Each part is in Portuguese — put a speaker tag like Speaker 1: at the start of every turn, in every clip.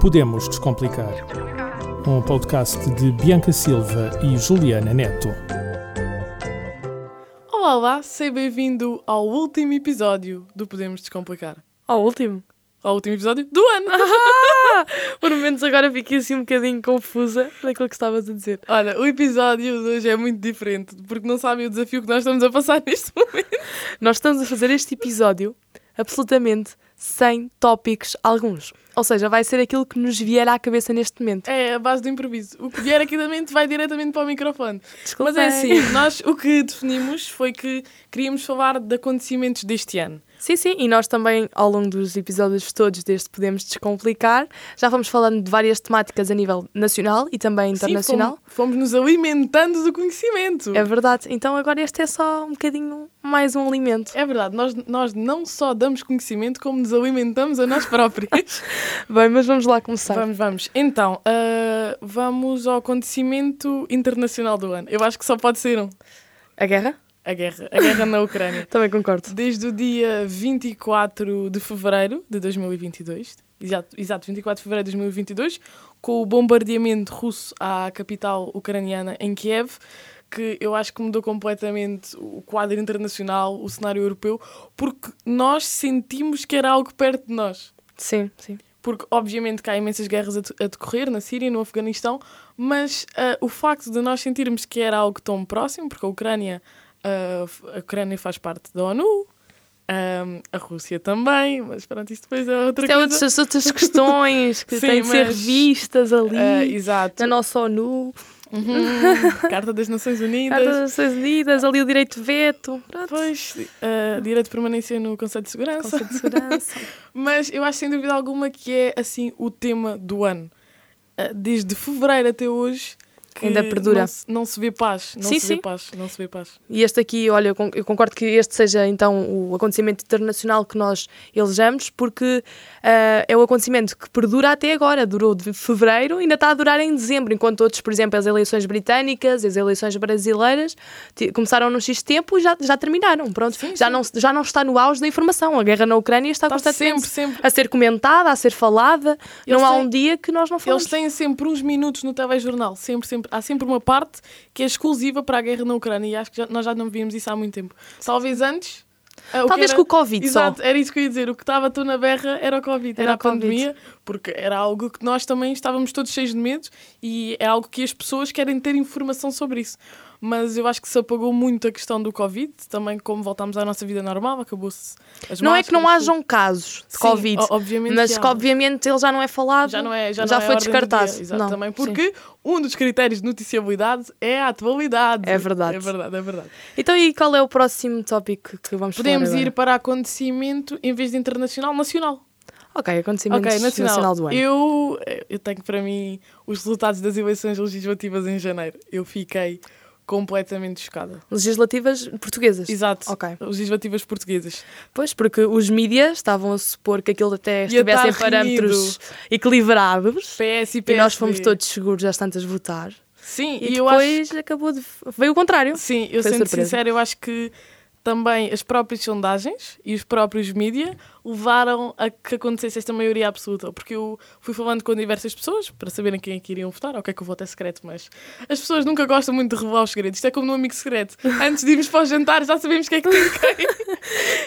Speaker 1: Podemos Descomplicar. Um podcast de Bianca Silva e Juliana Neto.
Speaker 2: Olá, olá, seja bem-vindo ao último episódio do Podemos Descomplicar.
Speaker 3: Ao último.
Speaker 2: Ao último episódio do ano!
Speaker 3: Por momentos agora fiquei assim um bocadinho confusa daquilo que estavas a dizer.
Speaker 2: Olha, o episódio de hoje é muito diferente, porque não sabem o desafio que nós estamos a passar neste momento.
Speaker 3: Nós estamos a fazer este episódio absolutamente sem tópicos alguns. Ou seja, vai ser aquilo que nos vier à cabeça neste momento.
Speaker 2: É a base do improviso. O que vier aqui da mente vai diretamente para o microfone.
Speaker 3: Desculpa.
Speaker 2: Mas é assim, nós o que definimos foi que queríamos falar de acontecimentos deste ano.
Speaker 3: Sim, sim, e nós também, ao longo dos episódios todos deste Podemos Descomplicar, já fomos falando de várias temáticas a nível nacional e também internacional.
Speaker 2: Sim, fomos, fomos nos alimentando do conhecimento.
Speaker 3: É verdade. Então agora este é só um bocadinho mais um alimento.
Speaker 2: É verdade, nós, nós não só damos conhecimento, como nos alimentamos a nós próprios.
Speaker 3: Bem, mas vamos lá começar.
Speaker 2: vamos, vamos. Então, ah, vamos ao acontecimento internacional do ano. Eu acho que só pode ser um.
Speaker 3: A guerra?
Speaker 2: A guerra. A guerra na Ucrânia.
Speaker 3: Também concordo.
Speaker 2: Desde o dia 24 de fevereiro de 2022, exato, exato 24 de fevereiro de 2022, com o bombardeamento russo à capital ucraniana em Kiev, que eu acho que mudou completamente o quadro internacional, o cenário europeu, porque nós sentimos que era algo perto de nós.
Speaker 3: Sim, sim.
Speaker 2: porque obviamente que há imensas guerras a, de- a decorrer na Síria, no Afeganistão, mas ah, o facto de nós sentirmos que era algo tão próximo, porque a Ucrânia, ah, f- a Ucrânia faz parte da ONU, ahm, a Rússia também, mas pronto, isso depois é outra
Speaker 3: Isto é
Speaker 2: coisa.
Speaker 3: outras, outras questões que
Speaker 2: Sim,
Speaker 3: têm de ser
Speaker 2: mas-
Speaker 3: revistas ali.
Speaker 2: Ah, exato.
Speaker 3: na nossa ONU,
Speaker 2: Uhum. Carta das Nações
Speaker 3: Carta das
Speaker 2: Unidas.
Speaker 3: Nações Unidas, ali o direito de veto, pronto,
Speaker 2: Pois, ah, direito de permanência no Conselho de Segurança.
Speaker 3: Conselho de Segurança.
Speaker 2: Mas eu acho sem dúvida alguma que é assim o tema do ano. Ah, Desde fevereiro até hoje. que
Speaker 3: Ainda perdura.
Speaker 2: Não se, não se vê paz. Não
Speaker 3: Sim,
Speaker 2: se vê
Speaker 3: sim.
Speaker 2: paz. Não se vê paz.
Speaker 3: E este aqui, olha, eu con- eu concordo que este seja então o acontecimento internacional que nós elejamos, porque ah, é o acontecimento que perdura até agora, durou de fevereiro, ainda está a durar em dezembro, enquanto outros, por exemplo, as eleições britânicas, as eleições brasileiras, ti- começaram num X tempo e já, já terminaram, pronto, já, Não, já não está no auge da informação, a guerra na Ucrânia está,
Speaker 2: Está
Speaker 3: constantemente
Speaker 2: sempre, sempre.
Speaker 3: a ser comentada, a ser falada,
Speaker 2: Eles
Speaker 3: não há
Speaker 2: têm-
Speaker 3: um dia que nós não falamos.
Speaker 2: Eles têm sempre uns minutos no telejornal. Sempre, sempre. Há sempre uma parte que é exclusiva para a guerra na Ucrânia. E acho que já- nós já não víamos isso há muito tempo. Talvez antes. ah, o que
Speaker 3: Talvez
Speaker 2: era-
Speaker 3: com o Covid só.
Speaker 2: Exato, era isso que eu ia dizer. O que estava tu na berra era o Covid, era,
Speaker 3: Era
Speaker 2: a
Speaker 3: o Covid.
Speaker 2: pandemia, porque era algo que nós também estávamos todos cheios de medo e é algo que as pessoas querem ter informação sobre isso. Mas eu acho que se apagou muito a questão do Covid, também como voltámos à nossa vida normal, acabou-se as
Speaker 3: Não é que não
Speaker 2: máscaras, tudo.
Speaker 3: hajam casos de
Speaker 2: Sim,
Speaker 3: Covid,
Speaker 2: o- obviamente
Speaker 3: mas
Speaker 2: que há.
Speaker 3: que obviamente ele já não é falado,
Speaker 2: Já não é, já, não é
Speaker 3: foi
Speaker 2: a ordem do
Speaker 3: descartado.
Speaker 2: dia, exato,
Speaker 3: Não,
Speaker 2: também
Speaker 3: sim.
Speaker 2: porque um dos critérios de noticiabilidade é a atualidade.
Speaker 3: É verdade.
Speaker 2: É verdade, é verdade.
Speaker 3: Então, e qual é o próximo tópico que vamos
Speaker 2: Podemos
Speaker 3: falar?
Speaker 2: ir para ir para acontecimento em vez de internacional, nacional.
Speaker 3: agora? Ok, acontecimento nacional. do ano.
Speaker 2: Eu, eu tenho para mim os resultados das eleições legislativas em janeiro. Eu fiquei completamente chocada.
Speaker 3: Legislativas portuguesas.
Speaker 2: Exato.
Speaker 3: Ok.
Speaker 2: Legislativas portuguesas.
Speaker 3: Pois, porque os mídias estavam a supor que aquilo até estivesse em
Speaker 2: estar
Speaker 3: parâmetros equilibrados
Speaker 2: PS e PSD.
Speaker 3: e nós fomos todos seguros às tantas votar.
Speaker 2: Sim,
Speaker 3: E,
Speaker 2: e, eu acho.
Speaker 3: depois acabou de. Veio o contrário.
Speaker 2: Sim, eu
Speaker 3: Foi
Speaker 2: sendo
Speaker 3: surpresa.
Speaker 2: sincera, eu acho que também as próprias sondagens e os próprios mídia levaram a que acontecesse esta maioria absoluta, porque eu fui falando com diversas pessoas para saberem quem é que iriam votar, ok que o voto é secreto, mas as pessoas nunca gostam muito de revelar os segredos, isto é como no amigo secreto, antes de irmos para o jantar já sabemos quem é que tem quem.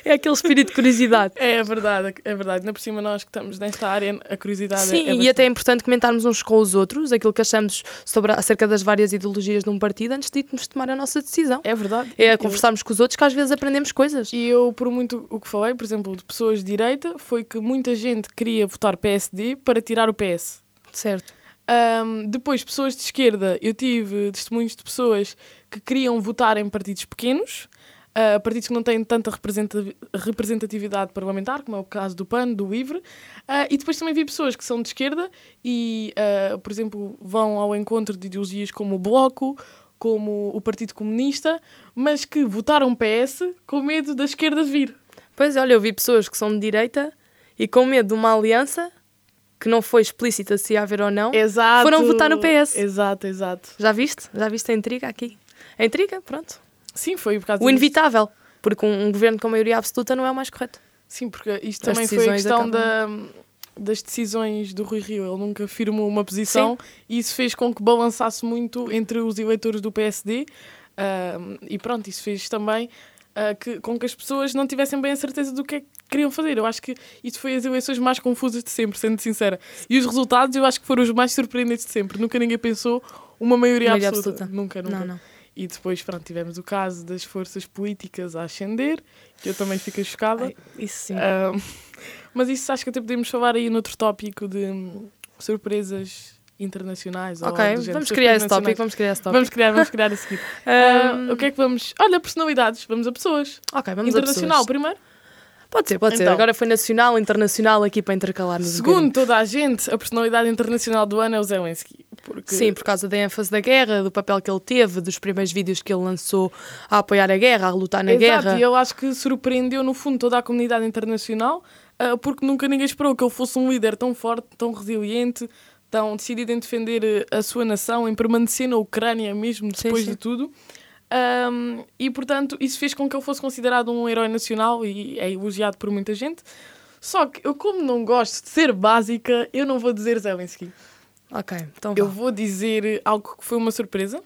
Speaker 3: É aquele espírito de curiosidade.
Speaker 2: É verdade, é verdade, ainda por cima nós que estamos nesta área, a curiosidade é-
Speaker 3: Sim,
Speaker 2: é
Speaker 3: e até é importante comentarmos uns com os outros aquilo que achamos sobre, acerca das várias ideologias de um partido antes de irmos tomar a nossa decisão.
Speaker 2: é verdade.
Speaker 3: É
Speaker 2: Eu-
Speaker 3: a conversarmos com os outros que às vezes aprendemos coisas.
Speaker 2: E eu, por muito o que falei, por exemplo, de pessoas de direita, foi que muita gente queria votar PSD para tirar o PS.
Speaker 3: Certo.
Speaker 2: Ahm, depois, pessoas de esquerda, eu tive testemunhos de pessoas que queriam votar em partidos pequenos, ah, partidos que não têm tanta representati- representatividade parlamentar, como é o caso do PAN, do LIVRE, Ah, e depois também vi pessoas que são de esquerda e, ah, por exemplo, vão ao encontro de ideologias como o Bloco, como o Partido Comunista, mas que votaram PS com medo da esquerda vir.
Speaker 3: Pois, olha, eu vi pessoas que são de direita e com medo de uma aliança que não foi explícita se ia haver ou não.
Speaker 2: Exato.
Speaker 3: Foram votar no PS.
Speaker 2: Exato, exato.
Speaker 3: Já viste? Já viste a intriga aqui? A intriga, pronto.
Speaker 2: Sim, foi por causa
Speaker 3: O
Speaker 2: disso.
Speaker 3: inevitável. Porque um, um governo com maioria absoluta não é o mais correto.
Speaker 2: Sim, porque isto
Speaker 3: As
Speaker 2: também foi a
Speaker 3: decisões
Speaker 2: questão
Speaker 3: acabam-
Speaker 2: da, das decisões do Rui Rio. Ele nunca firmou uma posição e isso fez com que balançasse muito entre os eleitores do PSD. Ah, e pronto, isso fez também ah, que, com que as pessoas não tivessem bem a certeza do que é que queriam fazer. Eu acho que isso foi as eleições mais confusas de sempre, sendo sincera. E os resultados eu acho que foram os mais surpreendentes de sempre. Nunca ninguém pensou uma maioria,
Speaker 3: Maioria
Speaker 2: absoluta.
Speaker 3: absoluta.
Speaker 2: Nunca, nunca.
Speaker 3: Não, não.
Speaker 2: E depois, pronto, tivemos o caso das forças políticas a ascender, que eu também fiquei chocada.
Speaker 3: Ai, Isso sim.
Speaker 2: Ah, mas isso acho que até podemos falar aí noutro tópico de hum, surpresas internacionais. ou
Speaker 3: ok,
Speaker 2: algo do género.
Speaker 3: vamos criar esse
Speaker 2: Surpresas
Speaker 3: tópico, vamos criar esse tópico.
Speaker 2: Vamos criar, vamos criar a seguir. Ah,
Speaker 3: Ahm,
Speaker 2: o que é que vamos. Olha, personalidades, vamos a pessoas.
Speaker 3: ok, vamos a
Speaker 2: Internacional
Speaker 3: pessoas.
Speaker 2: primeiro.
Speaker 3: Pode ser, pode ser.
Speaker 2: Então.
Speaker 3: Agora foi nacional, internacional aqui para intercalarmos. um
Speaker 2: Segundo toda a gente, a personalidade internacional do ano é o Zelensky. Porque
Speaker 3: Sim, por causa da ênfase da guerra, do papel que ele teve, dos primeiros vídeos que ele lançou a apoiar a guerra, a lutar na
Speaker 2: Exato,
Speaker 3: guerra.
Speaker 2: e eu acho que surpreendeu no fundo toda a comunidade internacional, ah, porque nunca ninguém esperou que ele fosse um líder tão forte, tão resiliente, tão decidido em defender eh, a sua nação, em permanecer na Ucrânia mesmo depois
Speaker 3: sim.
Speaker 2: de tudo. Ahm, e portanto, isso fez com que ele fosse considerado um herói nacional e é elogiado por muita gente. Só que eu, como não gosto de ser básica, eu não vou dizer Zelensky.
Speaker 3: Ok, então
Speaker 2: Eu
Speaker 3: vá.
Speaker 2: vou dizer algo que foi uma surpresa.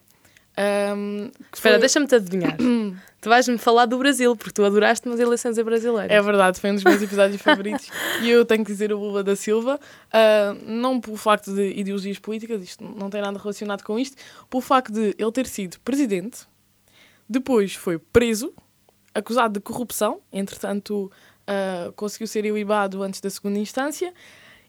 Speaker 2: Ahm, que
Speaker 3: Espera,
Speaker 2: foi-
Speaker 3: deixa-me-te adivinhar. tu vais-me falar do Brasil, porque tu adoraste umas eleições a brasileira.
Speaker 2: É verdade, foi um dos meus episódios favoritos. E eu tenho que dizer o Lula da Silva, ah, não pelo facto de ideologias políticas, isto não tem nada relacionado com isto, pelo facto de ele ter sido presidente, depois foi preso, acusado de corrupção, entretanto ah, conseguiu ser ilibado antes da segunda instância,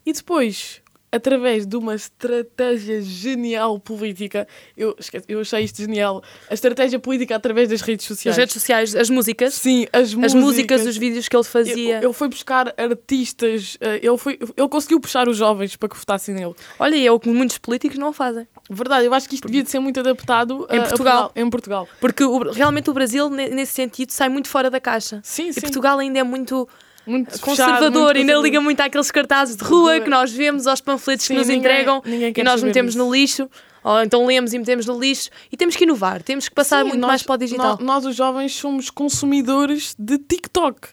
Speaker 2: e depois, através de uma estratégia genial política, eu, esquece- eu achei isto genial, a estratégia política através das redes sociais.
Speaker 3: As redes sociais, as músicas,
Speaker 2: Sim, as
Speaker 3: as
Speaker 2: músicas,
Speaker 3: músicas, os vídeos que ele fazia.
Speaker 2: ele foi buscar artistas, eh, ele, foi, ele conseguiu puxar os jovens para que votassem nele.
Speaker 3: Olha, e é o que muitos políticos não fazem.
Speaker 2: Verdade, eu acho que isto devia de ser muito adaptado eh, a
Speaker 3: Portugal.
Speaker 2: Em Portugal.
Speaker 3: Porque o- realmente o Brasil, ne- nesse sentido, sai muito fora da caixa.
Speaker 2: Sim,
Speaker 3: E
Speaker 2: sim.
Speaker 3: Portugal ainda é muito
Speaker 2: muito fechado,
Speaker 3: conservador,
Speaker 2: muito
Speaker 3: ainda
Speaker 2: conservador.
Speaker 3: liga muito àqueles cartazes de rua que nós vemos, aos panfletos
Speaker 2: Sim,
Speaker 3: que nos
Speaker 2: ninguém-
Speaker 3: entregam
Speaker 2: ninguém
Speaker 3: e
Speaker 2: quer
Speaker 3: nós
Speaker 2: saber
Speaker 3: metemos
Speaker 2: disso.
Speaker 3: no lixo, ou então lemos e metemos no lixo. E temos que inovar, temos que passar
Speaker 2: Sim,
Speaker 3: muito
Speaker 2: nós-
Speaker 3: mais para o digital.
Speaker 2: nó- Nós, os jovens, somos consumidores de TikTok.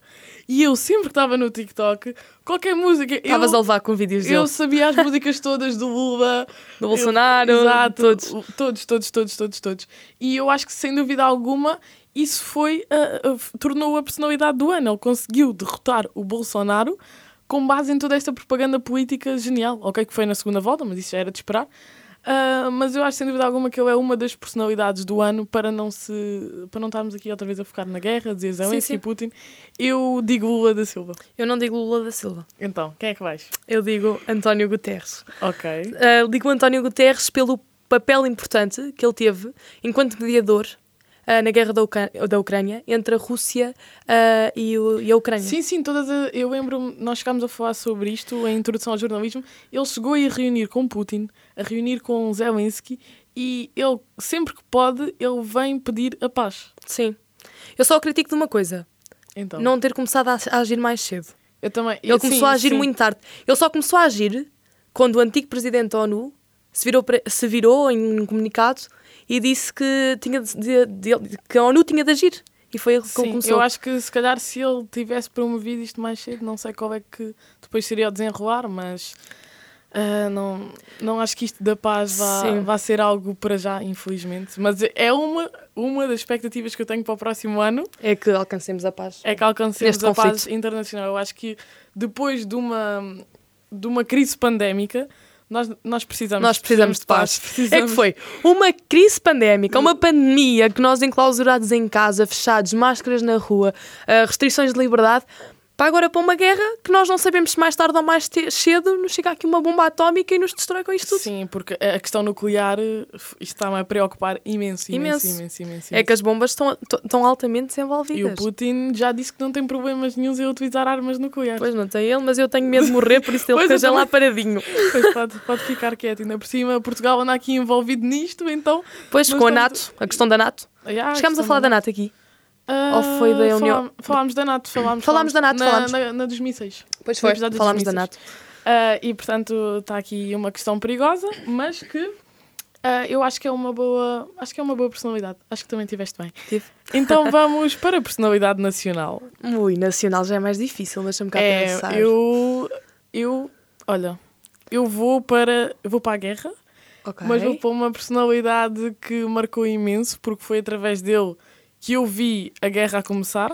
Speaker 2: E eu sempre que estava no TikTok, qualquer música. eu-
Speaker 3: Estavas a levar com vídeos
Speaker 2: eu
Speaker 3: dele,
Speaker 2: sabia as músicas todas do Lula,
Speaker 3: do Bolsonaro,
Speaker 2: Exato,
Speaker 3: todos.
Speaker 2: o- todos, todos, todos, todos, todos. E eu acho que sem dúvida alguma isso foi ah, ah, f- tornou a personalidade do ano. Ele conseguiu derrotar o Bolsonaro com base em toda esta propaganda política genial. Ok, que foi na segunda volta, mas isso já era de esperar. Ah, mas eu acho sem dúvida alguma que ele é uma das personalidades do ano para não se para não estarmos aqui outra vez a focar na guerra, a dizer Zelensky
Speaker 3: sim.
Speaker 2: e Putin. Eu digo Lula da Silva.
Speaker 3: Eu não digo Lula da Silva,
Speaker 2: Então, quem é que vais?
Speaker 3: eu digo António Guterres.
Speaker 2: Ok.
Speaker 3: Uh, digo António Guterres pelo papel importante que ele teve enquanto mediador uh, na guerra da, Uca- da Ucrânia entre a Rússia uh, e, o- e a Ucrânia.
Speaker 2: Sim, sim, todas a- eu lembro-me, nós chegámos a falar sobre isto em introdução ao jornalismo. Ele chegou a ir reunir com Putin, a reunir com Zelensky e ele, sempre que pode, ele vem pedir a paz.
Speaker 3: Sim. Eu só o critico de uma coisa:
Speaker 2: Então,
Speaker 3: não ter começado a a agir mais cedo.
Speaker 2: eu também.
Speaker 3: Ele
Speaker 2: eu-
Speaker 3: começou
Speaker 2: sim,
Speaker 3: a agir
Speaker 2: sim.
Speaker 3: muito tarde. Ele só começou a agir quando o antigo presidente da ONU se virou, para- se virou em um comunicado e disse que, tinha de- de- de- que a ONU tinha de agir. E foi ele que
Speaker 2: Sim,
Speaker 3: começou.
Speaker 2: eu acho que se calhar se ele tivesse promovido isto mais cedo, não sei qual é que depois seria o desenrolar, mas ah, não, não acho que isto da paz vá,
Speaker 3: Sim.
Speaker 2: vá ser algo para já, infelizmente. Mas é uma, uma das expectativas que eu tenho para o próximo ano.
Speaker 3: É que alcancemos a paz.
Speaker 2: é que alcancemos
Speaker 3: Neste
Speaker 2: a paz
Speaker 3: conflito.
Speaker 2: internacional. Eu acho que depois de uma, de uma crise pandémica, nós, nós precisamos
Speaker 3: Nós precisamos de paz. É que
Speaker 2: Precisamos- Hum.
Speaker 3: foi uma crise pandémica, uma pandemia que nós enclausurados em casa, fechados, máscaras na rua, ah, restrições de liberdade, para agora para uma guerra que nós não sabemos se mais tarde ou mais te- cedo nos chega aqui uma bomba atómica e nos destrói com isto tudo.
Speaker 2: Sim, porque a questão nuclear eh, f- isto está-me a preocupar imenso, imenso,
Speaker 3: Imenso.
Speaker 2: imenso, imenso.
Speaker 3: É que
Speaker 2: imenso.
Speaker 3: as bombas estão, estão altamente
Speaker 2: E o
Speaker 3: desenvolvidas.
Speaker 2: Putin já disse que não tem problemas nenhum em utilizar armas nucleares.
Speaker 3: Pois não tem ele, mas eu tenho medo de morrer, por isso ele
Speaker 2: Pois, eu
Speaker 3: esteja lá paradinho.
Speaker 2: Pois pode, pode ficar quieto. Ainda por cima, Portugal anda aqui envolvido nisto, então...
Speaker 3: Pois,
Speaker 2: Nós
Speaker 3: com a
Speaker 2: estamos-
Speaker 3: NATO, a questão da NATO.
Speaker 2: Ah,
Speaker 3: Chegámos a
Speaker 2: isto
Speaker 3: falar da
Speaker 2: anda-
Speaker 3: NATO aqui.
Speaker 2: Ah,
Speaker 3: Ou foi da União-
Speaker 2: falá- Falámos da NATO, falámos...
Speaker 3: Falámos da NATO,
Speaker 2: na,
Speaker 3: falámos.
Speaker 2: Na, na dos mísseis.
Speaker 3: Pois
Speaker 2: foi.
Speaker 3: Falámos da NATO.
Speaker 2: Ah, e portanto está aqui uma questão perigosa, mas que ah, eu acho que é uma boa, acho que é uma boa personalidade. Acho que também tiveste bem.
Speaker 3: Tive.
Speaker 2: Então vamos para a personalidade nacional.
Speaker 3: Ui, nacional já é mais difícil, deixa-me cá
Speaker 2: É,
Speaker 3: pensar.
Speaker 2: eu eu olha, eu vou para, eu vou para a guerra,
Speaker 3: Ok.
Speaker 2: mas vou para uma personalidade que marcou imenso, porque foi através dele que eu vi a guerra a começar,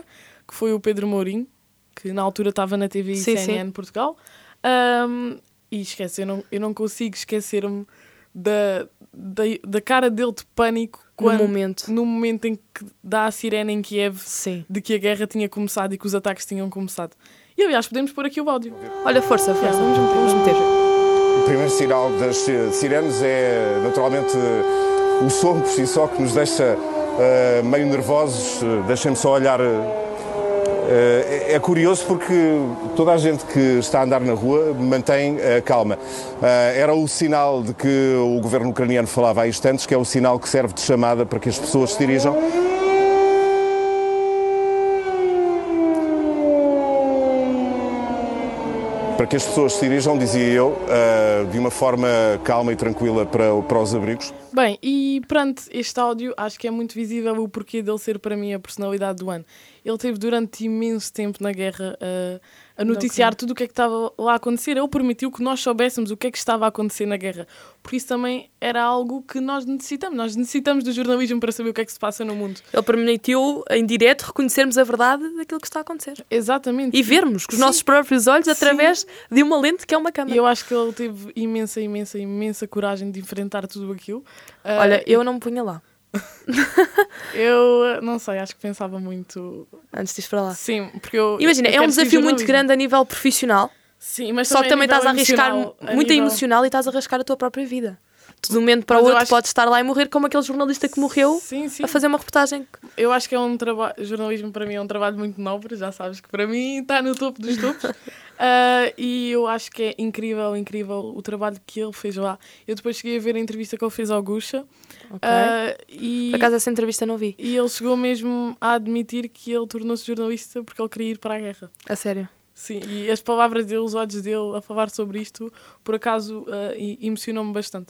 Speaker 2: que foi o Pedro Mourinho, que na altura estava na TV
Speaker 3: Sim,
Speaker 2: CNN Portugal. Ahm, e esquece, eu não, eu não consigo esquecer-me da, da, da cara dele de pânico
Speaker 3: no
Speaker 2: quando,
Speaker 3: momento.
Speaker 2: no momento em que dá a sirene em Kiev
Speaker 3: Sim.
Speaker 2: de que a guerra tinha começado e que os ataques tinham começado. E aliás, podemos pôr aqui o áudio.
Speaker 3: Olha, força, força.
Speaker 2: Yeah,
Speaker 3: vamos, meter, vamos meter.
Speaker 4: O primeiro sinal das si- sirenes é naturalmente o som por si só que nos deixa eh, meio nervosos. Eh, Deixem-me só olhar. eh, eh, é é curioso porque toda a gente que está a andar na rua mantém a calma. Ah, era o sinal de que o governo ucraniano falava há instantes, que é o sinal que serve de chamada para que as pessoas se dirijam para que as pessoas se dirijam, dizia eu, ah, de uma forma calma e tranquila para, para os abrigos.
Speaker 2: Bem, e perante este áudio, acho que é muito visível o porquê dele ser para mim a personalidade do ano. Ele teve durante imenso tempo na guerra a- a, noticiar tudo o que é que estava lá a acontecer. Ele permitiu que nós soubéssemos o que é que estava a acontecer na guerra. Porque isso também era algo que nós necessitamos. Nós necessitamos do jornalismo para saber o que é que se passa no mundo.
Speaker 3: Ele permitiu, em direto, reconhecermos a verdade daquilo que está a acontecer.
Speaker 2: Exatamente.
Speaker 3: E vermos com os nossos próprios olhos através de uma lente que é uma
Speaker 2: E
Speaker 3: câmera.
Speaker 2: eu acho que ele teve imensa, imensa, imensa coragem de enfrentar tudo aquilo. Ah,
Speaker 3: Olha, eu não me punha lá.
Speaker 2: Eu eh, não sei, acho que pensava muito.
Speaker 3: Antes de ir para lá.
Speaker 2: Sim, porque eu.
Speaker 3: Imagina,
Speaker 2: eu
Speaker 3: é um
Speaker 2: quero seguir
Speaker 3: desafio muito
Speaker 2: jornalismo.
Speaker 3: grande a nível profissional,
Speaker 2: Sim, mas
Speaker 3: só que também estás a arriscar muito
Speaker 2: emocional.
Speaker 3: emocional e estás a arriscar a tua própria vida. Tu de um momento para o
Speaker 2: Mas eu
Speaker 3: outro
Speaker 2: acho-
Speaker 3: podes estar lá e morrer como aquele jornalista que morreu
Speaker 2: Sim, sim.
Speaker 3: a fazer uma reportagem.
Speaker 2: Eu acho que é um trabalho. Jornalismo para mim é um trabalho muito nobre, já sabes que para mim está no topo dos topos. Ah, e eu acho que é incrível, incrível o trabalho que ele fez lá. Eu depois cheguei a ver a entrevista que ele fez ao Guxa. Ah, e...
Speaker 3: Por acaso é essa entrevista não vi.
Speaker 2: E ele chegou mesmo a admitir que ele tornou-se jornalista porque ele queria ir para a guerra.
Speaker 3: A sério.
Speaker 2: Sim, e as palavras dele, os olhos dele a falar sobre isto, por acaso, eh, e- emocionou-me bastante.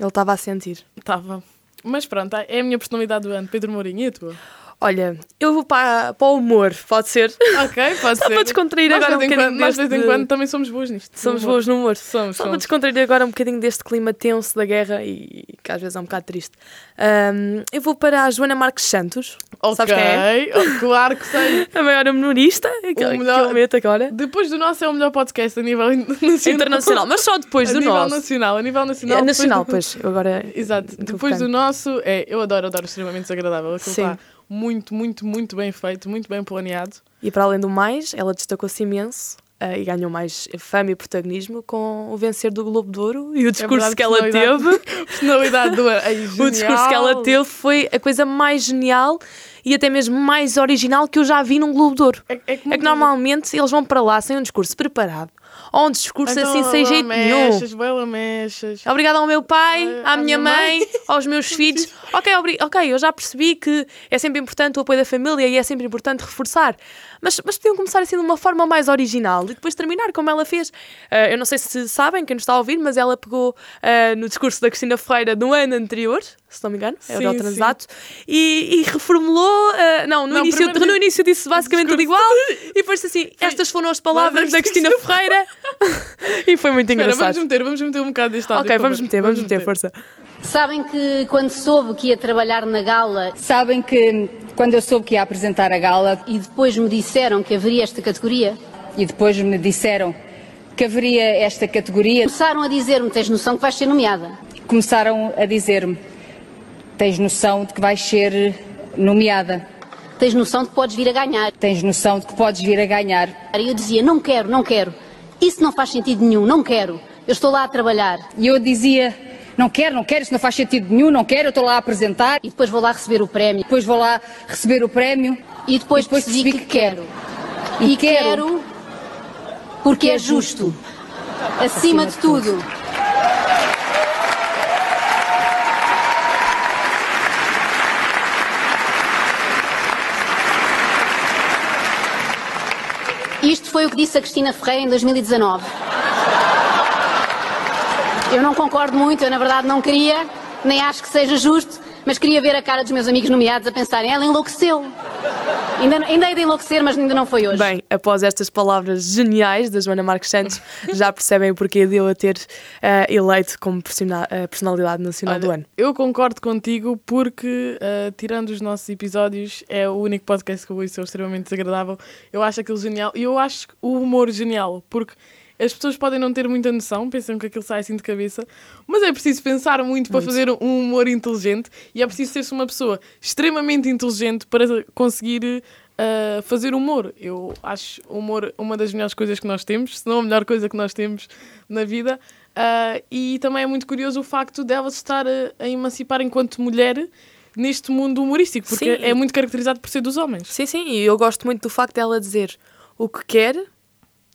Speaker 3: Ele estava a sentir.
Speaker 2: Estava. Mas pronto, é a minha personalidade do ano. Pedro Mourinho, e a tua?
Speaker 3: Olha, eu vou para, para o humor, pode ser?
Speaker 2: Ok, pode
Speaker 3: Só
Speaker 2: ser.
Speaker 3: para descontrair
Speaker 2: Nós,
Speaker 3: agora um
Speaker 2: de vez em
Speaker 3: bocadinho
Speaker 2: quando, nós de
Speaker 3: deste-
Speaker 2: vez em quando também somos boas nisto.
Speaker 3: Somos
Speaker 2: Humor.
Speaker 3: boas no humor.
Speaker 2: Somos,
Speaker 3: Só para
Speaker 2: somos.
Speaker 3: descontrair agora um bocadinho deste clima tenso da guerra e que às vezes é um bocado triste. Ahm, eu vou para a Joana Marques Santos.
Speaker 2: Ok,
Speaker 3: Sabes quem é?
Speaker 2: oh, claro que sei.
Speaker 3: A maior humorista, aquele
Speaker 2: melhor-
Speaker 3: que eu meto agora.
Speaker 2: Depois do nosso é o melhor podcast a nível nacional.
Speaker 3: Internacional, mas só
Speaker 2: A
Speaker 3: depois do
Speaker 2: nível
Speaker 3: nosso.
Speaker 2: nacional, a nível nacional.
Speaker 3: é
Speaker 2: depois
Speaker 3: nacional,
Speaker 2: do-
Speaker 3: pois. Eu Agora,
Speaker 2: Exato.
Speaker 3: Muito
Speaker 2: Depois do
Speaker 3: bacana.
Speaker 2: nosso, é, eu adoro, adoro extremamente desagradável. Aquilo
Speaker 3: Sim.
Speaker 2: está muito, muito, muito bem feito, muito bem planeado.
Speaker 3: E para além do mais, ela destacou-se imenso eh, e ganhou mais fama e protagonismo com o vencer do Globo de Ouro e o discurso
Speaker 2: É verdade,
Speaker 3: que ela
Speaker 2: personalidade.
Speaker 3: teve.
Speaker 2: Personalidade do ano. Ai,
Speaker 3: O discurso que ela
Speaker 2: genial.
Speaker 3: teve foi a coisa mais genial e até mesmo mais original que eu já vi num Globo de Ouro.
Speaker 2: É, é que,
Speaker 3: É que normalmente eles vão para lá sem um discurso preparado ou um discurso
Speaker 2: Então
Speaker 3: assim sem jeito
Speaker 2: é
Speaker 3: nenhum.
Speaker 2: Mexas, bela mexas.
Speaker 3: Obrigada ao meu pai,
Speaker 2: Eh,
Speaker 3: à, minha mãe, aos meus filhos. Ok, obri- ok, eu já percebi que é sempre importante o apoio da família e é sempre importante reforçar. Mas, mas podiam começar assim de uma forma mais original e depois terminar como ela fez. Eh, eu não sei se sabem, quem nos está a ouvir, mas ela pegou eh, no discurso da Cristina Ferreira no ano anterior, se não me engano, é
Speaker 2: Sim,
Speaker 3: o data exato, e, e reformulou. eh, não, no,
Speaker 2: Não,
Speaker 3: início,
Speaker 2: primeiro
Speaker 3: no
Speaker 2: disse-
Speaker 3: início disse basicamente tudo igual e depois disse assim: estas foram as palavras
Speaker 2: Mas
Speaker 3: da Cristina Ferreira. e foi muito
Speaker 2: Espera,
Speaker 3: engraçado.
Speaker 2: vamos meter, vamos meter um bocado deste áudio.
Speaker 3: Ok,
Speaker 2: por
Speaker 3: vamos
Speaker 2: favor.
Speaker 3: meter, vamos meter, força.
Speaker 5: Sabem que quando soube que ia trabalhar na gala
Speaker 6: Sabem que quando eu soube que ia apresentar a gala
Speaker 5: e depois me disseram que haveria esta categoria,
Speaker 6: e depois me disseram que haveria esta categoria,
Speaker 5: começaram a dizer-me: tens noção que vais ser nomeada.
Speaker 6: começaram a dizer-me: Tens noção de que vais ser nomeada,
Speaker 5: Tens noção de que podes vir a ganhar.
Speaker 6: tens noção de que podes vir a ganhar.
Speaker 5: E eu dizia: não quero, não quero. Isso não faz sentido nenhum, não quero. Eu estou lá a trabalhar
Speaker 6: E eu dizia: Não quero, não quero, isso não faz sentido nenhum, não quero, eu estou lá a apresentar
Speaker 5: e depois vou lá receber o prémio.
Speaker 6: depois vou lá receber o prémio
Speaker 5: E depois,
Speaker 6: E depois
Speaker 5: percebi que
Speaker 6: percebi que
Speaker 5: quero.
Speaker 6: E
Speaker 5: E quero porque é justo. Acima de tudo. Isto foi o que disse a Cristina Ferreira em 2019. Eu não concordo muito, eu na verdade não queria, nem acho que seja justo, mas queria ver a cara dos meus amigos nomeados a pensarem, ela enlouqueceu. Ainda, ainda hei de enlouquecer, mas ainda não foi hoje.
Speaker 3: Bem, após estas palavras geniais da Joana Marques Santos, já percebem o porquê de eu a ter eh, eleito como persona- eh, personalidade nacional do
Speaker 2: Olha,
Speaker 3: ano.
Speaker 2: Eu concordo contigo porque, ah, tirando os nossos episódios, é o único podcast que eu ouço é extremamente desagradável. Eu acho aquilo genial e eu acho o humor genial porque as pessoas podem não ter muita noção, pensam que aquilo sai assim de cabeça, mas é preciso pensar muito para fazer um humor inteligente e é preciso ser-se uma pessoa extremamente inteligente para conseguir. ah, fazer humor. Eu acho o humor uma das melhores coisas que nós temos, se não a melhor coisa que nós temos na vida. Ah, e também é muito curioso o facto dela se estar a, a emancipar enquanto mulher neste mundo humorístico, porque
Speaker 3: Sim.
Speaker 2: é muito caracterizado por ser dos homens.
Speaker 3: Sim, sim, e eu gosto muito do facto dela dizer o que quer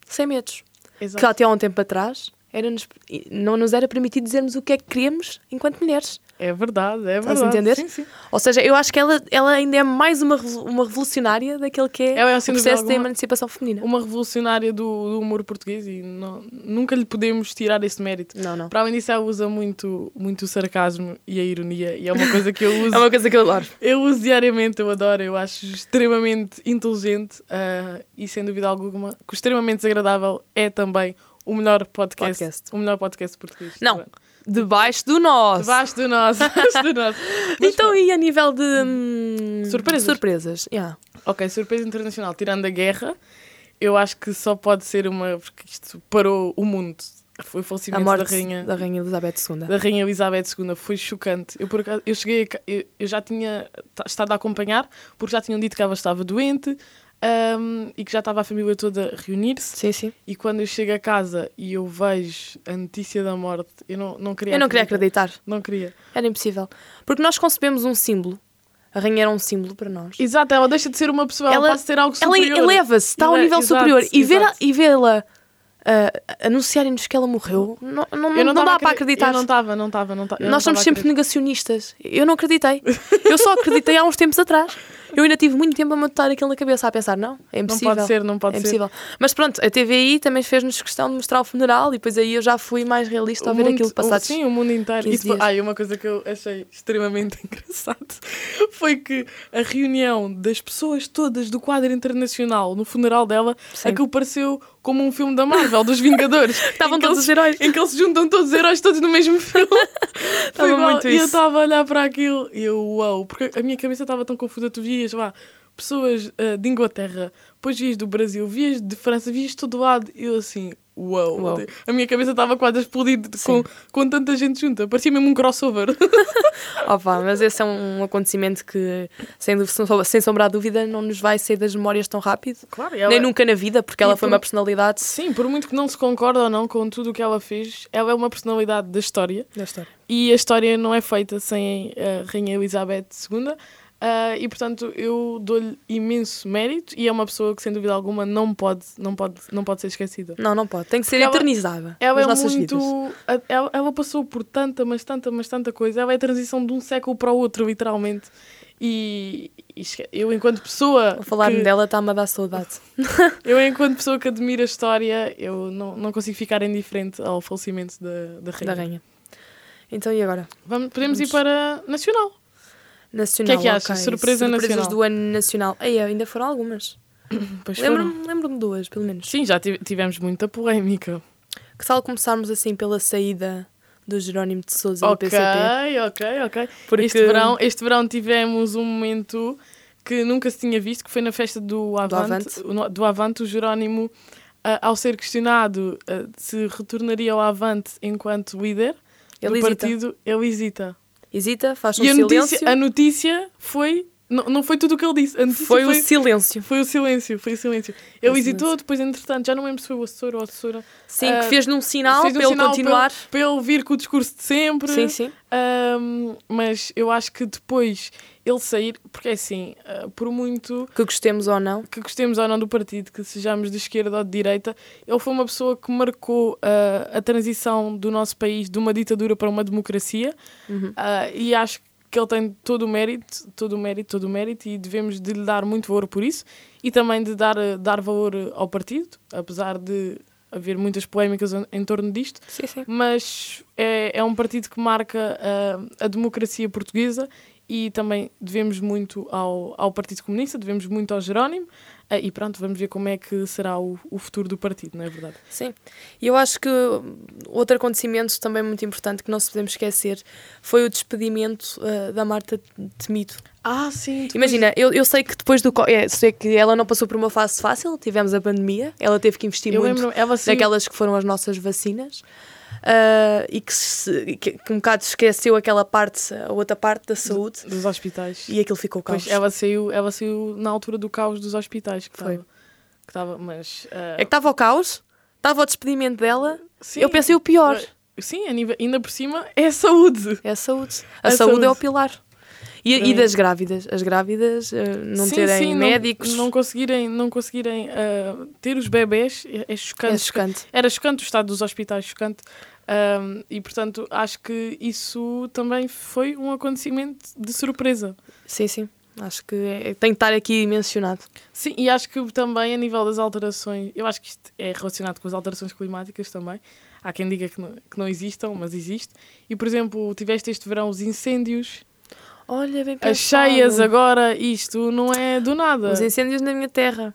Speaker 3: sem medos.
Speaker 2: Exato.
Speaker 3: Que até há um tempo atrás era-nos- não nos era permitido dizermos o que é que queríamos enquanto mulheres.
Speaker 2: É verdade, é verdade.
Speaker 3: Estás a entender?
Speaker 2: Sim, sim.
Speaker 3: Ou seja, eu acho que ela, ela ainda é mais uma, revo- uma revolucionária daquele que é
Speaker 2: Ela é,
Speaker 3: o
Speaker 2: sem
Speaker 3: processo
Speaker 2: dúvida
Speaker 3: da
Speaker 2: alguma,
Speaker 3: emancipação feminina.
Speaker 2: Uma revolucionária do, do humor português e não- nunca lhe podemos tirar esse mérito.
Speaker 3: Não, não.
Speaker 2: Para além disso, ela usa muito, muito o sarcasmo e a ironia, e é uma coisa que eu uso.
Speaker 3: É uma coisa que eu adoro.
Speaker 2: Eu uso diariamente, eu adoro, eu acho extremamente inteligente ah, e sem dúvida alguma que o extremamente desagradável é também o melhor podcast,
Speaker 3: Podcast.
Speaker 2: o melhor podcast português.
Speaker 3: Não, debaixo do nosso.
Speaker 2: Debaixo do nosso, debaixo do nosso. Mas,
Speaker 3: Então, e a nível de hum,
Speaker 2: Surpresas.
Speaker 3: surpresas, yeah.
Speaker 2: ok, surpresa internacional, tirando a guerra, eu acho que só pode ser uma, porque isto parou o mundo. Foi o
Speaker 3: a
Speaker 2: falecimento
Speaker 3: morte
Speaker 2: da rainha.
Speaker 3: Elizabeth II.
Speaker 2: da Rainha Elizabeth II foi chocante. Eu, por acaso, eu cheguei, a ca- eu, eu já tinha ta- estado a acompanhar, porque já tinham dito que ela estava doente ahm, e que já estava a família toda a reunir-se.
Speaker 3: Sim, sim.
Speaker 2: E quando eu chego a casa e eu vejo a notícia da morte, eu não, não queria
Speaker 3: Eu não queria acreditar,
Speaker 2: Não queria.
Speaker 3: era impossível. Porque nós concebemos um símbolo, a rainha era um símbolo para nós.
Speaker 2: Exato, ela deixa de ser uma pessoa, ela, passa a ser algo
Speaker 3: ela
Speaker 2: superior.
Speaker 3: eleva-se, está a um
Speaker 2: Ele- é-
Speaker 3: nível
Speaker 2: exato,
Speaker 3: superior. E vê-la
Speaker 2: exato.
Speaker 3: e vê-la ah, anunciarem-nos que ela morreu, não, não,
Speaker 2: Eu
Speaker 3: Hum, não
Speaker 2: tava
Speaker 3: dá
Speaker 2: a
Speaker 3: para
Speaker 2: acre-
Speaker 3: acreditar.
Speaker 2: Eu não estava, não estava, não estava.
Speaker 3: Nós somos sempre negacionistas. Eu não acreditei. Eu só acreditei há uns tempos atrás. Eu ainda tive muito tempo a matutar aquilo na cabeça, a pensar, não, é impossível.
Speaker 2: pode ser, não pode
Speaker 3: é
Speaker 2: ser.
Speaker 3: impossível. Mas pronto, a TVI também fez-nos questão de mostrar o funeral e depois aí eu já fui mais realista
Speaker 2: o
Speaker 3: ao ver
Speaker 2: mundo-
Speaker 3: aquilo
Speaker 2: o-
Speaker 3: passados.
Speaker 2: Sim, o mundo inteiro.
Speaker 3: 15
Speaker 2: E depois,
Speaker 3: dias.
Speaker 2: ai, uma coisa que eu achei extremamente engraçado foi que a reunião das pessoas todas do quadro internacional no funeral dela,
Speaker 3: Sim.
Speaker 2: aquilo pareceu como um filme da Marvel, dos Vingadores.
Speaker 3: Estavam
Speaker 2: Em que
Speaker 3: todos
Speaker 2: eles-
Speaker 3: os heróis.
Speaker 2: Em que eles juntam Então todos os heróis todos no mesmo filme. Foi
Speaker 3: Estava
Speaker 2: igual.
Speaker 3: muito
Speaker 2: E eu
Speaker 3: isso.
Speaker 2: estava a olhar para aquilo e eu, uau, porque a minha cabeça estava tão confusa. Tu vias, vá, pessoas ah, de Inglaterra, depois vias do Brasil, vias de França, vias de todo lado. E eu assim, uau.
Speaker 3: Uau.
Speaker 2: A minha cabeça estava quase a explodir de- com, com tanta gente junta. Parecia mesmo um crossover.
Speaker 3: Opa, mas esse é um acontecimento que, sem, dú- sem som- sem sombra à dúvida, não nos vai sair das memórias tão rápido.
Speaker 2: Claro,
Speaker 3: Nem nunca na vida, porque
Speaker 2: E
Speaker 3: ela foi
Speaker 2: por-
Speaker 3: uma personalidade.
Speaker 2: Sim, por muito que não se concorde ou não com tudo o que ela fez, ela é uma personalidade da história.
Speaker 3: Da história.
Speaker 2: E a história não é feita sem a Rainha Elizabeth II. ah, e portanto eu dou-lhe imenso mérito e é uma pessoa que sem dúvida alguma não pode, não pode, não pode ser esquecida.
Speaker 3: Não, não pode. Tem que ser
Speaker 2: Ela-
Speaker 3: eternizada.
Speaker 2: Ela
Speaker 3: nas
Speaker 2: é
Speaker 3: nossas
Speaker 2: muito.
Speaker 3: vidas.
Speaker 2: a- Ela, ela passou por tanta, mas tanta, mas tanta coisa. Ela é a transição de um século para o outro, literalmente. E, e esque- eu, enquanto pessoa.
Speaker 3: Ao falar-me
Speaker 2: que-
Speaker 3: dela está-me a dar saudade.
Speaker 2: Eu, enquanto pessoa que admira a história, eu não, não consigo ficar indiferente ao falecimento da, da
Speaker 3: da
Speaker 2: rainha.
Speaker 3: rainha. Então e agora?
Speaker 2: Vamos, podemos ir para Nacional.
Speaker 3: Nacional.
Speaker 2: O que é que acha?
Speaker 3: ok.
Speaker 2: Surpresa
Speaker 3: Surpresas
Speaker 2: nacional.
Speaker 3: do ano nacional. Ei, ainda foram algumas.
Speaker 2: Pois foram.
Speaker 3: Lembro-me lembro de duas, pelo menos.
Speaker 2: Sim, já tive- tivemos muita polémica.
Speaker 3: Que tal começarmos assim pela saída do Jerónimo de Souza
Speaker 2: Ok,
Speaker 3: do PCP?
Speaker 2: ok, ok.
Speaker 3: Porque-
Speaker 2: Este, verão, este verão tivemos um momento que nunca se tinha visto, que foi na festa do Avante.
Speaker 3: Avante.
Speaker 2: o no- Do Avante, o Jerónimo, ah, ao ser questionado ah, se retornaria ao Avante enquanto líder
Speaker 3: Ele
Speaker 2: do
Speaker 3: hesita.
Speaker 2: partido, ele hesita.
Speaker 3: Hesita, faz um
Speaker 2: e a
Speaker 3: silêncio.
Speaker 2: notícia, a notícia foi. Não, não foi tudo o que ele disse. A notícia
Speaker 3: Foi
Speaker 2: foi,
Speaker 3: o silêncio.
Speaker 2: foi o silêncio, foi o silêncio. Ele
Speaker 3: o
Speaker 2: hesitou, depois, entretanto, já não lembro se foi o assessor ou a assessora.
Speaker 3: Sim,
Speaker 2: Ah,
Speaker 3: que fez-lhe um sinal
Speaker 2: fez um
Speaker 3: para ele
Speaker 2: sinal
Speaker 3: continuar.
Speaker 2: Para ele, para ele vir com o discurso de sempre.
Speaker 3: Sim, sim.
Speaker 2: Ahm, mas eu acho que depois ele sair, porque é assim, ah, por muito
Speaker 3: Que gostemos ou não.
Speaker 2: que gostemos ou não do partido, que sejamos de esquerda ou de direita, ele foi uma pessoa que marcou ah, a transição do nosso país de uma ditadura para uma democracia Ah, e acho que ele tem todo o mérito, todo o mérito, todo o mérito e devemos de lhe dar muito valor por isso e também de dar, ah, dar valor ah, ao partido, apesar de haver muitas polémicas em- em torno disto,
Speaker 3: Sim, sim.
Speaker 2: mas é, é um partido que marca ah, a democracia portuguesa e também devemos muito ao, ao Partido Comunista, devemos muito ao Jerónimo eh, e pronto, vamos ver como é que será o, o futuro do partido, não é verdade?
Speaker 3: Sim, e eu acho que outro acontecimento também muito importante que não se podemos esquecer foi o despedimento eh, da Marta Temido.
Speaker 2: Ah, sim.
Speaker 3: Imagina, eu, eu sei que depois do. co- É, sei que ela não passou por uma fase fácil, tivemos a pandemia, ela teve que investir
Speaker 2: Eu
Speaker 3: muito
Speaker 2: lembro- ela saiu-
Speaker 3: naquelas que foram as nossas vacinas ah, e que, se- que- que um bocado esqueceu aquela parte, a outra parte da saúde
Speaker 2: Dos hospitais.
Speaker 3: e aquilo ficou caos.
Speaker 2: Pois, ela saiu, ela saiu na altura do caos dos hospitais que
Speaker 3: Foi.
Speaker 2: estava. Que estava, mas. eh,
Speaker 3: É que estava o caos, estava o despedimento dela,
Speaker 2: sim,
Speaker 3: eu pensei o pior.
Speaker 2: eh, Sim, a nível- ainda por cima é a saúde.
Speaker 3: É a saúde. A,
Speaker 2: A
Speaker 3: saúde,
Speaker 2: saúde.
Speaker 3: é o pilar. E,
Speaker 2: Para
Speaker 3: e
Speaker 2: mim.
Speaker 3: das grávidas. As grávidas eh, não
Speaker 2: Sim,
Speaker 3: terem
Speaker 2: sim, não-
Speaker 3: médicos. é
Speaker 2: Não, conseguirem, não conseguirem eh, ter os bebés é, é chocante.
Speaker 3: É chocante.
Speaker 2: Era chocante o estado dos hospitais, chocante. Ahm, e portanto, acho que isso também foi um acontecimento de surpresa.
Speaker 3: Sim, sim. Acho que é- tem que estar aqui mencionado.
Speaker 2: Sim, e acho que também a nível das alterações, eu acho que isto é relacionado com as alterações climáticas também. Há quem diga que não, que não existam, mas existe. E por exemplo, tiveste este verão os incêndios,
Speaker 3: Olha, bem
Speaker 2: as cheias agora, isto não é do nada.
Speaker 3: Os incêndios na minha terra.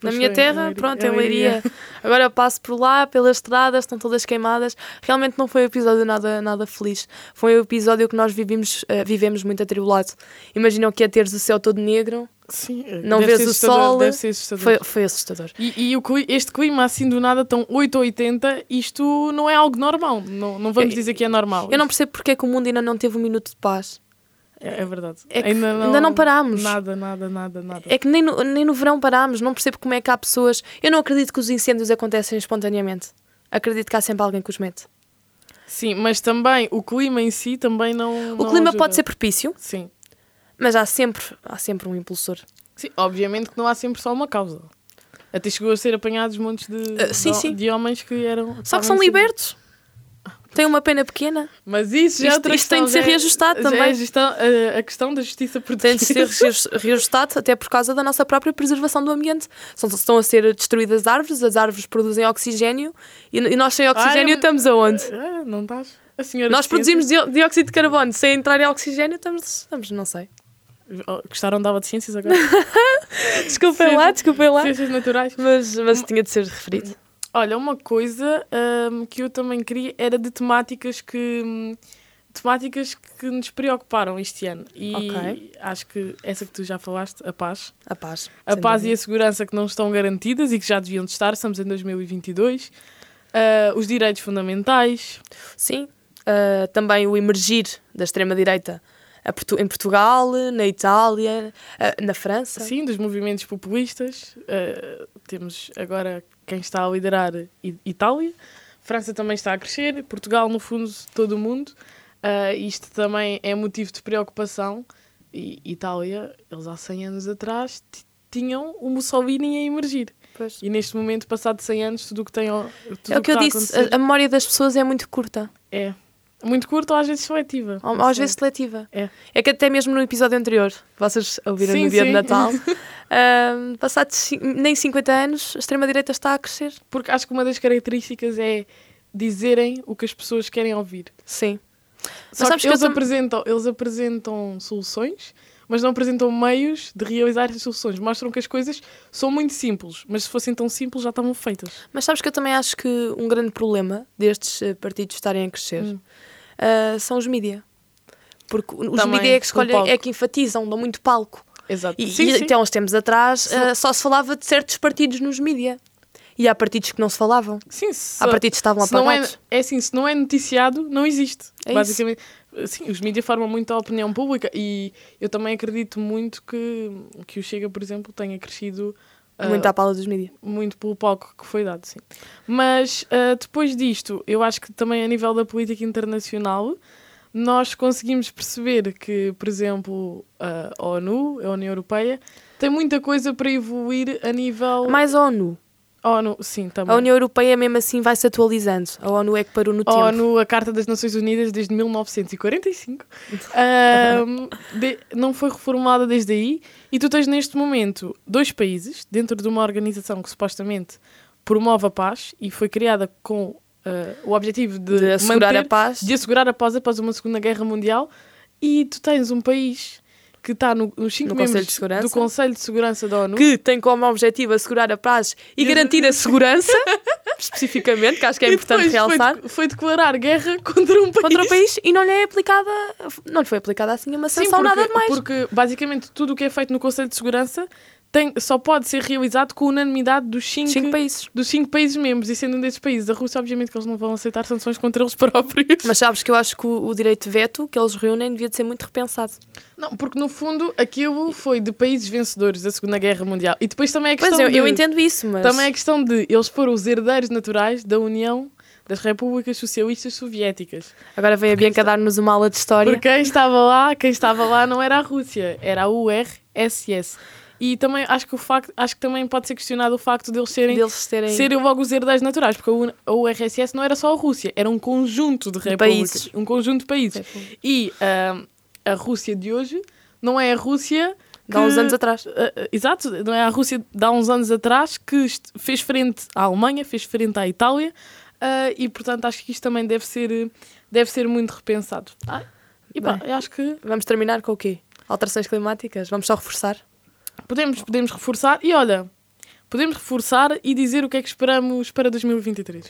Speaker 3: Na
Speaker 2: Pois
Speaker 3: minha
Speaker 2: foi,
Speaker 3: terra,
Speaker 2: em Leiria-
Speaker 3: pronto, em
Speaker 2: em
Speaker 3: Leiria. Agora eu passo por lá, pelas estradas, estão todas queimadas. Realmente não foi um episódio nada, nada feliz. Foi um episódio que nós vivemos, eh, vivemos muito atribulado. Imaginam que é teres o céu todo negro.
Speaker 2: Sim,
Speaker 3: Não
Speaker 2: deve
Speaker 3: vês
Speaker 2: ser
Speaker 3: o
Speaker 2: assustador,
Speaker 3: sol.
Speaker 2: Deve ser assustador.
Speaker 3: Foi, foi assustador.
Speaker 2: E, e o cli- este clima assim do nada, tão 8 ou 80, isto não é algo normal. Não, não vamos
Speaker 3: Eu-
Speaker 2: dizer que é normal.
Speaker 3: Eu não percebo porque é que o mundo ainda não teve um minuto de paz.
Speaker 2: É, é verdade.
Speaker 3: É que ainda não parámos.
Speaker 2: Nada, nada, nada, nada.
Speaker 3: É que nem no, nem no verão parámos, não percebo como é que há pessoas. Eu não acredito que os incêndios acontecem espontaneamente. Acredito que há sempre alguém que os mete.
Speaker 2: Sim, mas também o clima em si também não.
Speaker 3: O
Speaker 2: não
Speaker 3: clima
Speaker 2: ajuda.
Speaker 3: pode ser propício,
Speaker 2: Sim.
Speaker 3: mas há sempre, há sempre um impulsor.
Speaker 2: Sim, obviamente que não há sempre só uma causa. Até chegou a ser apanhados montes de,
Speaker 3: Ah, sim,
Speaker 2: de,
Speaker 3: sim.
Speaker 2: de homens que eram.
Speaker 3: Só que
Speaker 2: estavam
Speaker 3: são
Speaker 2: assim-
Speaker 3: libertos. Têm uma pena pequena.
Speaker 2: Mas isso já é
Speaker 3: Isto-
Speaker 2: outra
Speaker 3: isto tem
Speaker 2: questão,
Speaker 3: de ser
Speaker 2: já é-
Speaker 3: reajustado
Speaker 2: já é
Speaker 3: também.
Speaker 2: a gestão- a, a questão da justiça
Speaker 3: Têm de
Speaker 2: portuguesa.
Speaker 3: ser reajus- reajustados até por causa da nossa própria preservação do ambiente. São, estão a ser destruídas árvores, as árvores produzem oxigênio e, e nós sem oxigênio
Speaker 2: eu-
Speaker 3: estamos aonde?
Speaker 2: Ah, não estás? A senhora
Speaker 3: Nós
Speaker 2: de
Speaker 3: produzimos dió- dióxido de carbono, sem entrar em oxigênio estamos, estamos não sei.
Speaker 2: ciências- Oh, Gostaram da aula de ciências agora?
Speaker 3: Desculpem lá, desculpem lá.
Speaker 2: Ciências naturais.
Speaker 3: Mas, mas tinha de ser referido.
Speaker 2: Olha, uma coisa ahm, que eu também queria era de temáticas que hum, temáticas que nos preocuparam este ano. E
Speaker 3: Ok.
Speaker 2: acho que essa que tu já falaste, a paz.
Speaker 3: A paz.
Speaker 2: A
Speaker 3: sem
Speaker 2: paz e
Speaker 3: dúvida.
Speaker 2: a segurança que não estão garantidas e que já deviam de estar, estamos em 2022. Ah, os direitos fundamentais.
Speaker 3: Sim. Ah, também o emergir da extrema-direita a Portu- em Portugal, na Itália, ah, na França.
Speaker 2: Sim, dos movimentos populistas. Uh, temos agora quem está a liderar I- Itália. França também está a crescer. Portugal, no fundo, todo o mundo. Uh, isto também é motivo de preocupação. E Itália, eles há 100 anos atrás, ti- tinham o Mussolini a emergir.
Speaker 3: Pois.
Speaker 2: E neste momento, passado 100 anos, tudo o que tem. ao- Tudo
Speaker 3: É o que eu
Speaker 2: está a
Speaker 3: disse,
Speaker 2: acontecer
Speaker 3: a, a memória das pessoas é muito curta,
Speaker 2: É. Muito curta ou às vezes seletiva.
Speaker 3: ou- às
Speaker 2: Sim.
Speaker 3: vezes seletiva.
Speaker 2: É.
Speaker 3: É que até mesmo no episódio anterior, vocês ouviram
Speaker 2: Sim,
Speaker 3: no dia
Speaker 2: sim.
Speaker 3: de Natal, ah, passados cin- nem 50 anos, a extrema-direita está a crescer.
Speaker 2: Porque acho que uma das características é dizerem o que as pessoas querem ouvir.
Speaker 3: Sim.
Speaker 2: Só que
Speaker 3: sabes que eu
Speaker 2: eles,
Speaker 3: tam-
Speaker 2: apresentam, eles apresentam soluções, mas não apresentam meios de realizar essas soluções. Mostram que as coisas são muito simples, mas se fossem tão simples já estavam feitas.
Speaker 3: Mas sabes que eu também acho que um grande problema destes eh, partidos estarem a crescer
Speaker 2: Hum.
Speaker 3: ah, são os mídia. Porque os
Speaker 2: Também,
Speaker 3: mídia é
Speaker 2: o
Speaker 3: que escolhem,
Speaker 2: palco.
Speaker 3: é que enfatizam, dão muito palco.
Speaker 2: Exato.
Speaker 3: E,
Speaker 2: sim,
Speaker 3: e
Speaker 2: sim.
Speaker 3: até uns tempos atrás ah, só se falava de certos partidos nos mídia. E há partidos que não se falavam.
Speaker 2: Sim, se,
Speaker 3: Há partidos que estavam
Speaker 2: se não é,
Speaker 3: apagados.
Speaker 2: é assim, se não é noticiado, não existe.
Speaker 3: É isso.
Speaker 2: basicamente. Sim, os mídias formam muito a opinião pública e eu também acredito muito que, que o Chega, por exemplo, tenha crescido ah,
Speaker 3: Muito à pala dos mídia.
Speaker 2: muito pelo palco que foi dado, sim. Mas ah, depois disto, eu acho que também a nível da política internacional, nós conseguimos perceber que, por exemplo, a ONU, a União Europeia, tem muita coisa para evoluir a nível.
Speaker 3: Mais a ONU.
Speaker 2: ONU, sim, também.
Speaker 3: A União Europeia mesmo assim vai se atualizando. A ONU é que parou no
Speaker 2: A
Speaker 3: tempo.
Speaker 2: ONU, a Carta das Nações Unidas desde 1945, ahm, de- não foi reformada desde aí. E tu tens neste momento dois países dentro de uma organização que supostamente promove a paz e foi criada com ah, o objetivo de,
Speaker 3: De assegurar
Speaker 2: manter-
Speaker 3: a paz.
Speaker 2: de assegurar a paz após uma Segunda Guerra Mundial. e tu tens um país que está no, nos cinco
Speaker 3: No
Speaker 2: membros
Speaker 3: Conselho de Segurança.
Speaker 2: do Conselho de Segurança da ONU.
Speaker 3: que tem como objetivo assegurar a paz e garantir a segurança, especificamente, que acho que é
Speaker 2: E
Speaker 3: importante
Speaker 2: depois foi de-
Speaker 3: realçar,
Speaker 2: Foi, declarar guerra contra um país.
Speaker 3: contra o país e não lhe é aplicada, não lhe foi aplicada assim uma
Speaker 2: Sim,
Speaker 3: sanção, nada de mais.
Speaker 2: porque basicamente tudo o que é feito no Conselho de Segurança tem, só pode ser realizado com unanimidade dos cinco,
Speaker 3: Cinco países.
Speaker 2: dos cinco países membros. E sendo um desses países a Rússia, obviamente que eles não vão aceitar sanções contra eles próprios.
Speaker 3: Mas sabes que eu acho que o, o direito de veto que eles reúnem devia de ser muito repensado.
Speaker 2: Não, porque no fundo aquilo foi de países vencedores da Segunda Guerra Mundial. E depois também é a questão
Speaker 3: Pois eu,
Speaker 2: de,
Speaker 3: eu entendo isso, mas
Speaker 2: Também é a questão de eles foram os herdeiros naturais da União das Repúblicas Socialistas Soviéticas.
Speaker 3: agora vem a Bianca dar-nos uma aula de história.
Speaker 2: Porque é quem estava lá, quem estava lá não era a Rússia, era a URSS. E também acho que o facto, acho que também pode ser questionado o facto deles serem
Speaker 3: Deles terem
Speaker 2: serem logo os herdeiros naturais, porque a U- a URSS não era só a Rússia, era um conjunto de repúblicas,
Speaker 3: países.
Speaker 2: um conjunto de países.
Speaker 3: Repúblicas.
Speaker 2: E ah, a Rússia de hoje não é a Rússia
Speaker 3: de há uns
Speaker 2: que-
Speaker 3: anos atrás.
Speaker 2: Ah, ah, exato, não é a Rússia de há uns anos atrás que est- fez frente à Alemanha, fez frente à Itália ah, e portanto acho que isto também deve ser, eh, deve ser muito repensado. Ah, e pá, eu acho que
Speaker 3: Vamos terminar com o quê? Alterações climáticas? Vamos só reforçar?
Speaker 2: podemos, podemos reforçar e olha, podemos reforçar e dizer o que é que esperamos para 2023.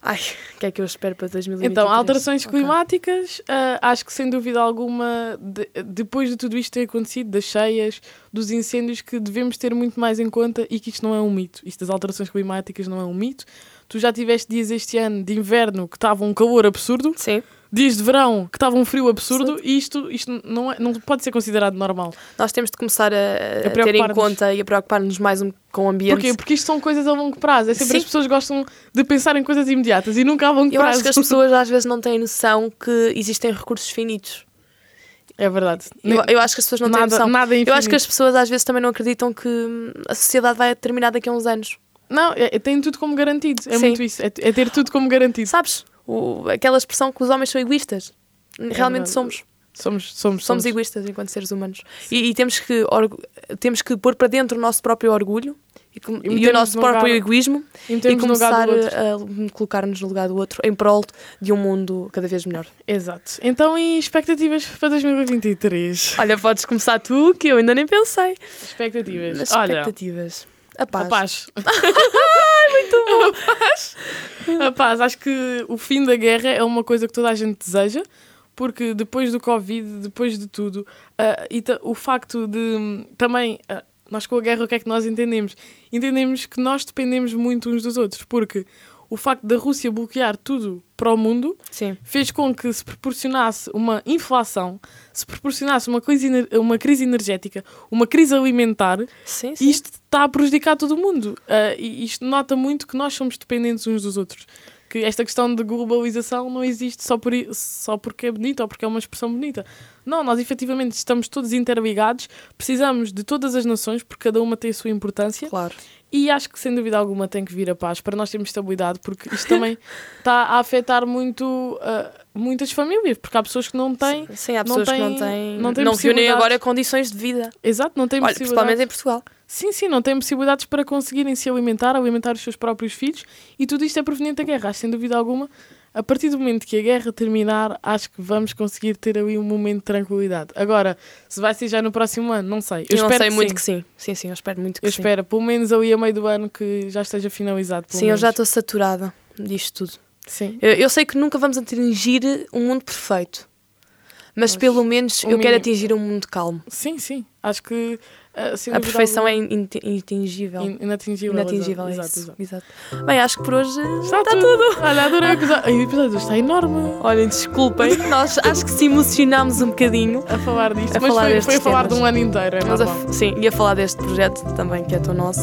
Speaker 3: Ai, o que é que eu espero para 2023?
Speaker 2: Então, alterações
Speaker 3: Ok.
Speaker 2: climáticas, ah, acho que sem dúvida alguma, de- depois de tudo isto ter acontecido, das cheias, dos incêndios, que devemos ter muito mais em conta e que isto não é um mito. Isto das alterações climáticas não é um mito. Tu já tiveste dias este ano de inverno que estava um calor absurdo,
Speaker 3: Sim.
Speaker 2: dias de verão que estava um frio absurdo e isto, isto não, é- não pode ser considerado normal.
Speaker 3: Nós temos de começar a, a
Speaker 2: A
Speaker 3: ter em
Speaker 2: preocupar-nos.
Speaker 3: conta e a preocupar-nos mais um, com o ambiente.
Speaker 2: Porquê? Porque isto são coisas a longo prazo. É sempre
Speaker 3: Sim.
Speaker 2: as pessoas gostam de pensar em coisas imediatas e nunca a longo
Speaker 3: eu
Speaker 2: prazo.
Speaker 3: acho que as pessoas às vezes não têm noção que existem recursos finitos.
Speaker 2: É verdade.
Speaker 3: Eu, eu acho que as pessoas não têm
Speaker 2: Nada-
Speaker 3: noção.
Speaker 2: nada é
Speaker 3: eu acho que
Speaker 2: infinito.
Speaker 3: as pessoas às vezes também não acreditam que hum, a sociedade vai terminar daqui a uns anos.
Speaker 2: Não, é, é- tem tudo como garantido. É
Speaker 3: Sim.
Speaker 2: muito isso. É, é ter tudo como garantido.
Speaker 3: Sabes? O- aquela expressão que os homens são egoístas. Realmente
Speaker 2: É verdade.
Speaker 3: somos.
Speaker 2: Somos, somos,
Speaker 3: Somos egoístas enquanto seres humanos. E, e temos, que orgu- temos que pôr para dentro o nosso próprio orgulho e, com- e o
Speaker 2: metermos
Speaker 3: nosso
Speaker 2: no
Speaker 3: próprio
Speaker 2: lugar-
Speaker 3: egoísmo
Speaker 2: e
Speaker 3: e
Speaker 2: metermos no lugar
Speaker 3: começar
Speaker 2: do outro.
Speaker 3: a, a colocar-nos no lugar do outro em prol de um mundo cada vez melhor.
Speaker 2: Exato. Então, e expectativas para 2023?
Speaker 3: Olha, podes começar tu, que eu ainda nem pensei.
Speaker 2: Expectativas.
Speaker 3: Nas
Speaker 2: Olha,
Speaker 3: expectativas. A paz.
Speaker 2: a paz. Ai, muito bom. A paz. A paz. Acho que o fim da guerra é uma coisa que toda a gente deseja. Porque depois do Covid, depois de tudo, ah, e ta- o facto de hum, também ah, nós com a guerra, o que é que nós entendemos? Entendemos que nós dependemos muito uns dos outros, porque o facto da Rússia bloquear tudo para o mundo
Speaker 3: Sim.
Speaker 2: fez com que se proporcionasse uma inflação, se proporcionasse uma crise, ener- uma crise energética, uma crise alimentar,
Speaker 3: Sim, sim.
Speaker 2: e isto está a prejudicar todo o mundo. Ah, e isto nota muito que nós somos dependentes uns dos outros. Que esta questão de globalização não existe só, por, i- só porque é bonita ou porque é uma expressão bonita. Não, nós efetivamente estamos todos interligados, precisamos de todas as nações, porque cada uma tem a sua importância.
Speaker 3: Claro.
Speaker 2: E acho que sem dúvida alguma tem que vir a paz para nós termos estabilidade, porque isto também está a afetar muito ah, muitas famílias, porque há pessoas que não têm.
Speaker 3: Sim, há
Speaker 2: não
Speaker 3: pessoas que
Speaker 2: têm-
Speaker 3: não têm. Não,
Speaker 2: não têm
Speaker 3: reúnem
Speaker 2: possibilidades.
Speaker 3: agora condições de vida.
Speaker 2: Exato, não têm
Speaker 3: Olha,
Speaker 2: possibilidade.
Speaker 3: principalmente em Portugal.
Speaker 2: Sim, sim, não têm possibilidades para conseguirem se alimentar, alimentar os seus próprios filhos, e tudo isto é proveniente da guerra. Acho sem dúvida alguma, a partir do momento que a guerra terminar, acho que vamos conseguir ter ali um momento de tranquilidade. Agora, se vai ser já no próximo ano, não sei.
Speaker 3: Eu, não
Speaker 2: espero
Speaker 3: sei
Speaker 2: que
Speaker 3: muito
Speaker 2: sim.
Speaker 3: que sim. Sim, sim, eu espero muito que
Speaker 2: Eu
Speaker 3: sim.
Speaker 2: espero, pelo menos ali a meio do ano que já esteja finalizado. pelo
Speaker 3: Sim, eu
Speaker 2: menos.
Speaker 3: já estou saturada disto tudo.
Speaker 2: Sim.
Speaker 3: Eu, eu sei que nunca vamos atingir um mundo perfeito. Mas pelo menos
Speaker 2: o
Speaker 3: eu quero
Speaker 2: mínimo.
Speaker 3: atingir um mundo calmo.
Speaker 2: Sim, sim. Acho que ah, sem
Speaker 3: A
Speaker 2: dúvida
Speaker 3: perfeição é
Speaker 2: alguma,
Speaker 3: in- in- inatingível.
Speaker 2: in- inatingível.
Speaker 3: Inatingível, é
Speaker 2: exato,
Speaker 3: isso. Tá
Speaker 2: exato.
Speaker 3: Exato. Bem, acho que por hoje
Speaker 2: Está, tudo. Olha, adorei o episódio. Ai, O episódio está enorme
Speaker 3: Olhem, desculpem, nós acho que se emocionámos um bocadinho.
Speaker 2: a falar disto,
Speaker 3: A
Speaker 2: mas
Speaker 3: falar
Speaker 2: foi,
Speaker 3: destes
Speaker 2: foi a falar de
Speaker 3: temas.
Speaker 2: um ano inteiro. É
Speaker 3: Mas a,
Speaker 2: normal.
Speaker 3: sim, ia falar deste projeto também, que é tão nosso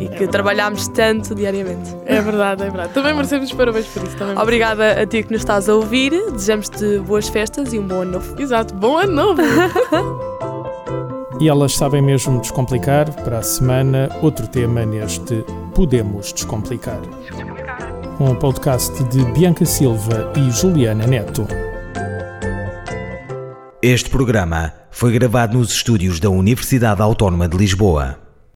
Speaker 3: e que trabalhámos tanto diariamente.
Speaker 2: É verdade, é verdade. Também merecemos os parabéns por isso. Também
Speaker 3: Obrigada a ti que nos estás a ouvir, desejamos-te boas festas e um bom ano novo.
Speaker 2: merecemos. Exato. Bom ano novo!
Speaker 1: E elas sabem mesmo descomplicar. Para a semana, outro tema neste Podemos Descomplicar. Um podcast de Bianca Silva e Juliana Neto.
Speaker 7: Este programa foi gravado nos estúdios da Universidade Autónoma de Lisboa.